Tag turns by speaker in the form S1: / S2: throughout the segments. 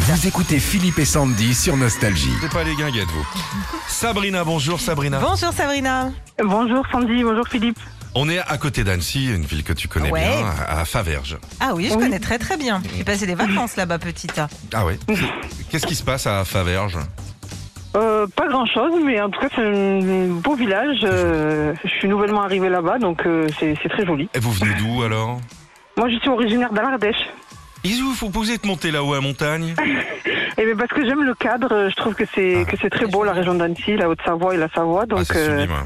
S1: Vous écoutez Philippe et Sandy sur Nostalgie.
S2: C'est pas les guinguettes, vous. Sabrina, bonjour Sabrina.
S3: Bonjour Sabrina.
S4: Bonjour Sandy, bonjour Philippe.
S2: On est à côté d'Annecy, une ville que tu connais
S3: Ouais.
S2: bien, à Faverges.
S3: Ah oui, je
S4: Oui.
S3: connais très très bien. J'ai passé des vacances là-bas, petite.
S2: Ah ouais Qu'est-ce qui se passe à Faverges
S4: Euh, pas grand chose, mais en tout cas c'est un beau village. Euh, je suis nouvellement arrivée là-bas, donc euh, c'est c'est très joli.
S2: Et vous venez d'où alors
S4: Moi je suis originaire d'Alardèche.
S2: Ils vous proposaient de monter là-haut à montagne
S4: Ah, Et bien Eh ben, parce que j'aime le cadre, euh, je trouve que c'est
S2: Ah.
S4: que c'est très beau la région d'Annecy, la Haute-Savoie et la Savoie,
S2: Ah,
S4: donc
S2: c'est
S4: euh,
S2: sublime.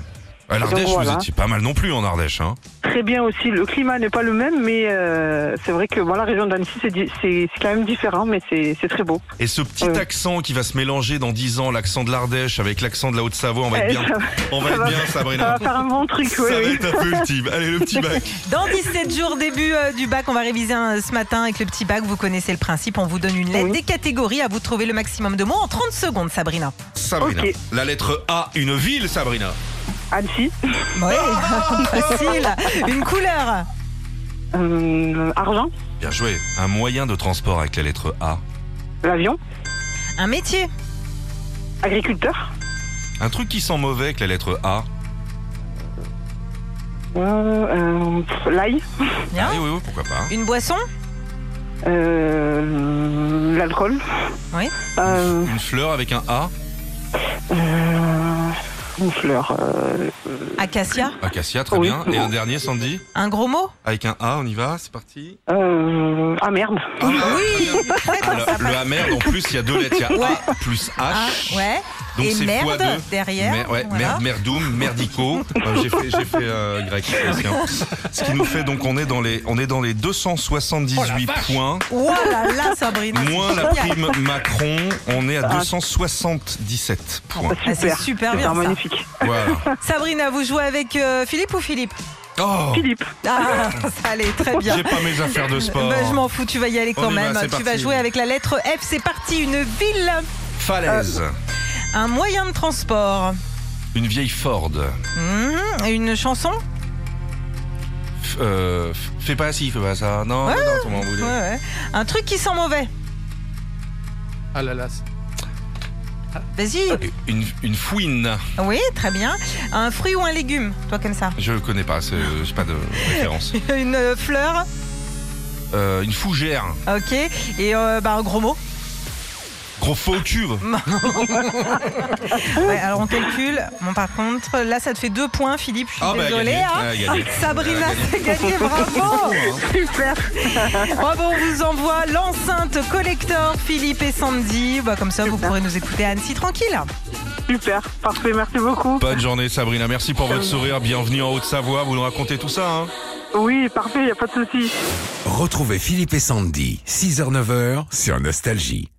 S2: À l'Ardèche,
S4: voilà.
S2: vous étiez pas mal non plus en Ardèche. Hein
S4: très bien aussi. Le climat n'est pas le même, mais euh, c'est vrai que bon, la région d'Annecy c'est di- c'est c'est quand même différent, mais c'est c'est très beau.
S2: Et ce petit
S4: Oui.
S2: accent qui va se mélanger dans 10 ans, l'accent de l'Ardèche avec l'accent de la Haute-Savoie, on va être
S4: Eh,
S2: bien.
S4: ça va-
S2: On va
S4: ça
S2: être
S4: va-
S2: bien,
S4: Ça
S2: Sabrina.
S4: va faire un bon truc,
S2: Ça
S4: oui.
S2: va
S4: oui.
S2: être un peu ultime. Allez, le petit bac.
S3: Dans 17 jours, début euh, du bac, on va réviser euh, ce matin avec le petit bac. Vous connaissez le principe, on vous donne une lettre,
S4: Oui.
S3: des catégories à vous de trouver le maximum de mots en 30 secondes, Sabrina.
S2: Sabrina.
S4: Ok.
S2: La lettre A, une ville, Sabrina.
S4: Annecy,
S3: Ouais, facile. Une couleur,
S4: euh, argent,
S2: Bien joué. Un moyen de transport avec la lettre A.
S4: l'avion,
S3: un métier,
S4: agriculteur,
S2: Un truc qui sent mauvais avec la lettre
S3: Ah.
S2: A.
S4: euh, euh, pff, l'ail.
S3: Bien.
S2: Ah oui, oui, oui, pourquoi pas.
S3: une boisson,
S4: Euh, l'alcool.
S3: Oui.
S4: Euh,
S2: Une fleur avec un A.
S4: euh, une fleur. euh,
S3: acacia,
S2: Acacia, très
S4: Oui.
S2: bien. Et un dernier, Sandy.
S3: un gros mot.
S2: Avec un A, on y va, c'est parti.
S4: euh, ah merde.
S2: Ah,
S3: Oui, très
S2: ah,
S3: bien,
S2: le,
S3: ça
S2: le
S3: passe.
S2: A merde, en plus, il y a deux lettres. Il y a A
S3: Ouais.
S2: plus
S3: Ah,
S2: H.
S3: ouais.
S2: Donc
S3: Et
S2: c'est
S3: merde
S2: x2.
S3: derrière.
S2: Mer- ouais,
S3: voilà.
S2: mer- merdoum, merdico. Euh, j'ai fait, j'ai fait euh, grec. aussi, hein. Ce qui nous fait donc on est dans les on est dans les 278 points
S3: Oh là là, Sabrina. c'est
S2: moins la
S3: génial.
S2: prime Macron. On est à
S4: Ah.
S2: 277 points.
S3: Ah,
S4: Super.
S3: c'est super bien.
S4: Super,
S3: ça.
S4: magnifique.
S2: Voilà.
S3: Sabrina, vous jouez avec euh, Philippe ou Philippe
S2: Oh,
S4: Philippe.
S3: Ah, ça allait très bien.
S2: j'ai pas mes affaires de sport.
S3: Bah, je m'en fous, tu vas y aller
S2: On
S3: quand
S2: y va,
S3: même.
S2: c'est
S3: tu
S2: parti.
S3: vas jouer avec la lettre F, c'est parti, une ville,
S2: Falaise,
S3: Euh, un moyen de transport,
S2: une vieille Ford.
S3: Mhm, une chanson.
S2: F- euh, f- fais pas ci, fais pas ça. Non, non, comment vous voulez.
S3: Ouais, ouais. Un truc qui sent mauvais.
S5: Ah là là. c'est-
S3: Vas-y.
S2: Une, une fouine.
S3: Oui, très bien. Un fruit ou un légume, toi comme ça.
S2: Je connais pas, c'est- j'ai pas de référence.
S3: Une euh, fleur,
S2: Euh, une fougère.
S3: ok. Et euh, bah, un gros mot.
S2: Gros faux cube.
S3: Mm.
S2: Ah.
S3: Ouais, alors on calcule. Bon, par contre, là, ça te fait deux points, Philippe. Je suis
S2: Ah, bah, elle a
S3: désolée.
S2: gagné.
S3: hein.
S2: Elle a gagné.
S3: Sabrina, c'est gagné, bravo.
S4: Super.
S3: Bravo, on vous envoie l'enceinte collector Philippe et Sandy. Bah, comme ça, vous pourrez nous écouter à Annecy tranquille.
S4: Super. Parfait. Merci beaucoup.
S2: Bonne journée Sabrina, merci pour votre sourire, bienvenue en Haute-Savoie, vous nous racontez tout ça hein
S4: Oui, parfait. Il n'y a pas de souci.
S1: Retrouvez Philippe et Sandy, 6h-9h sur Nostalgie.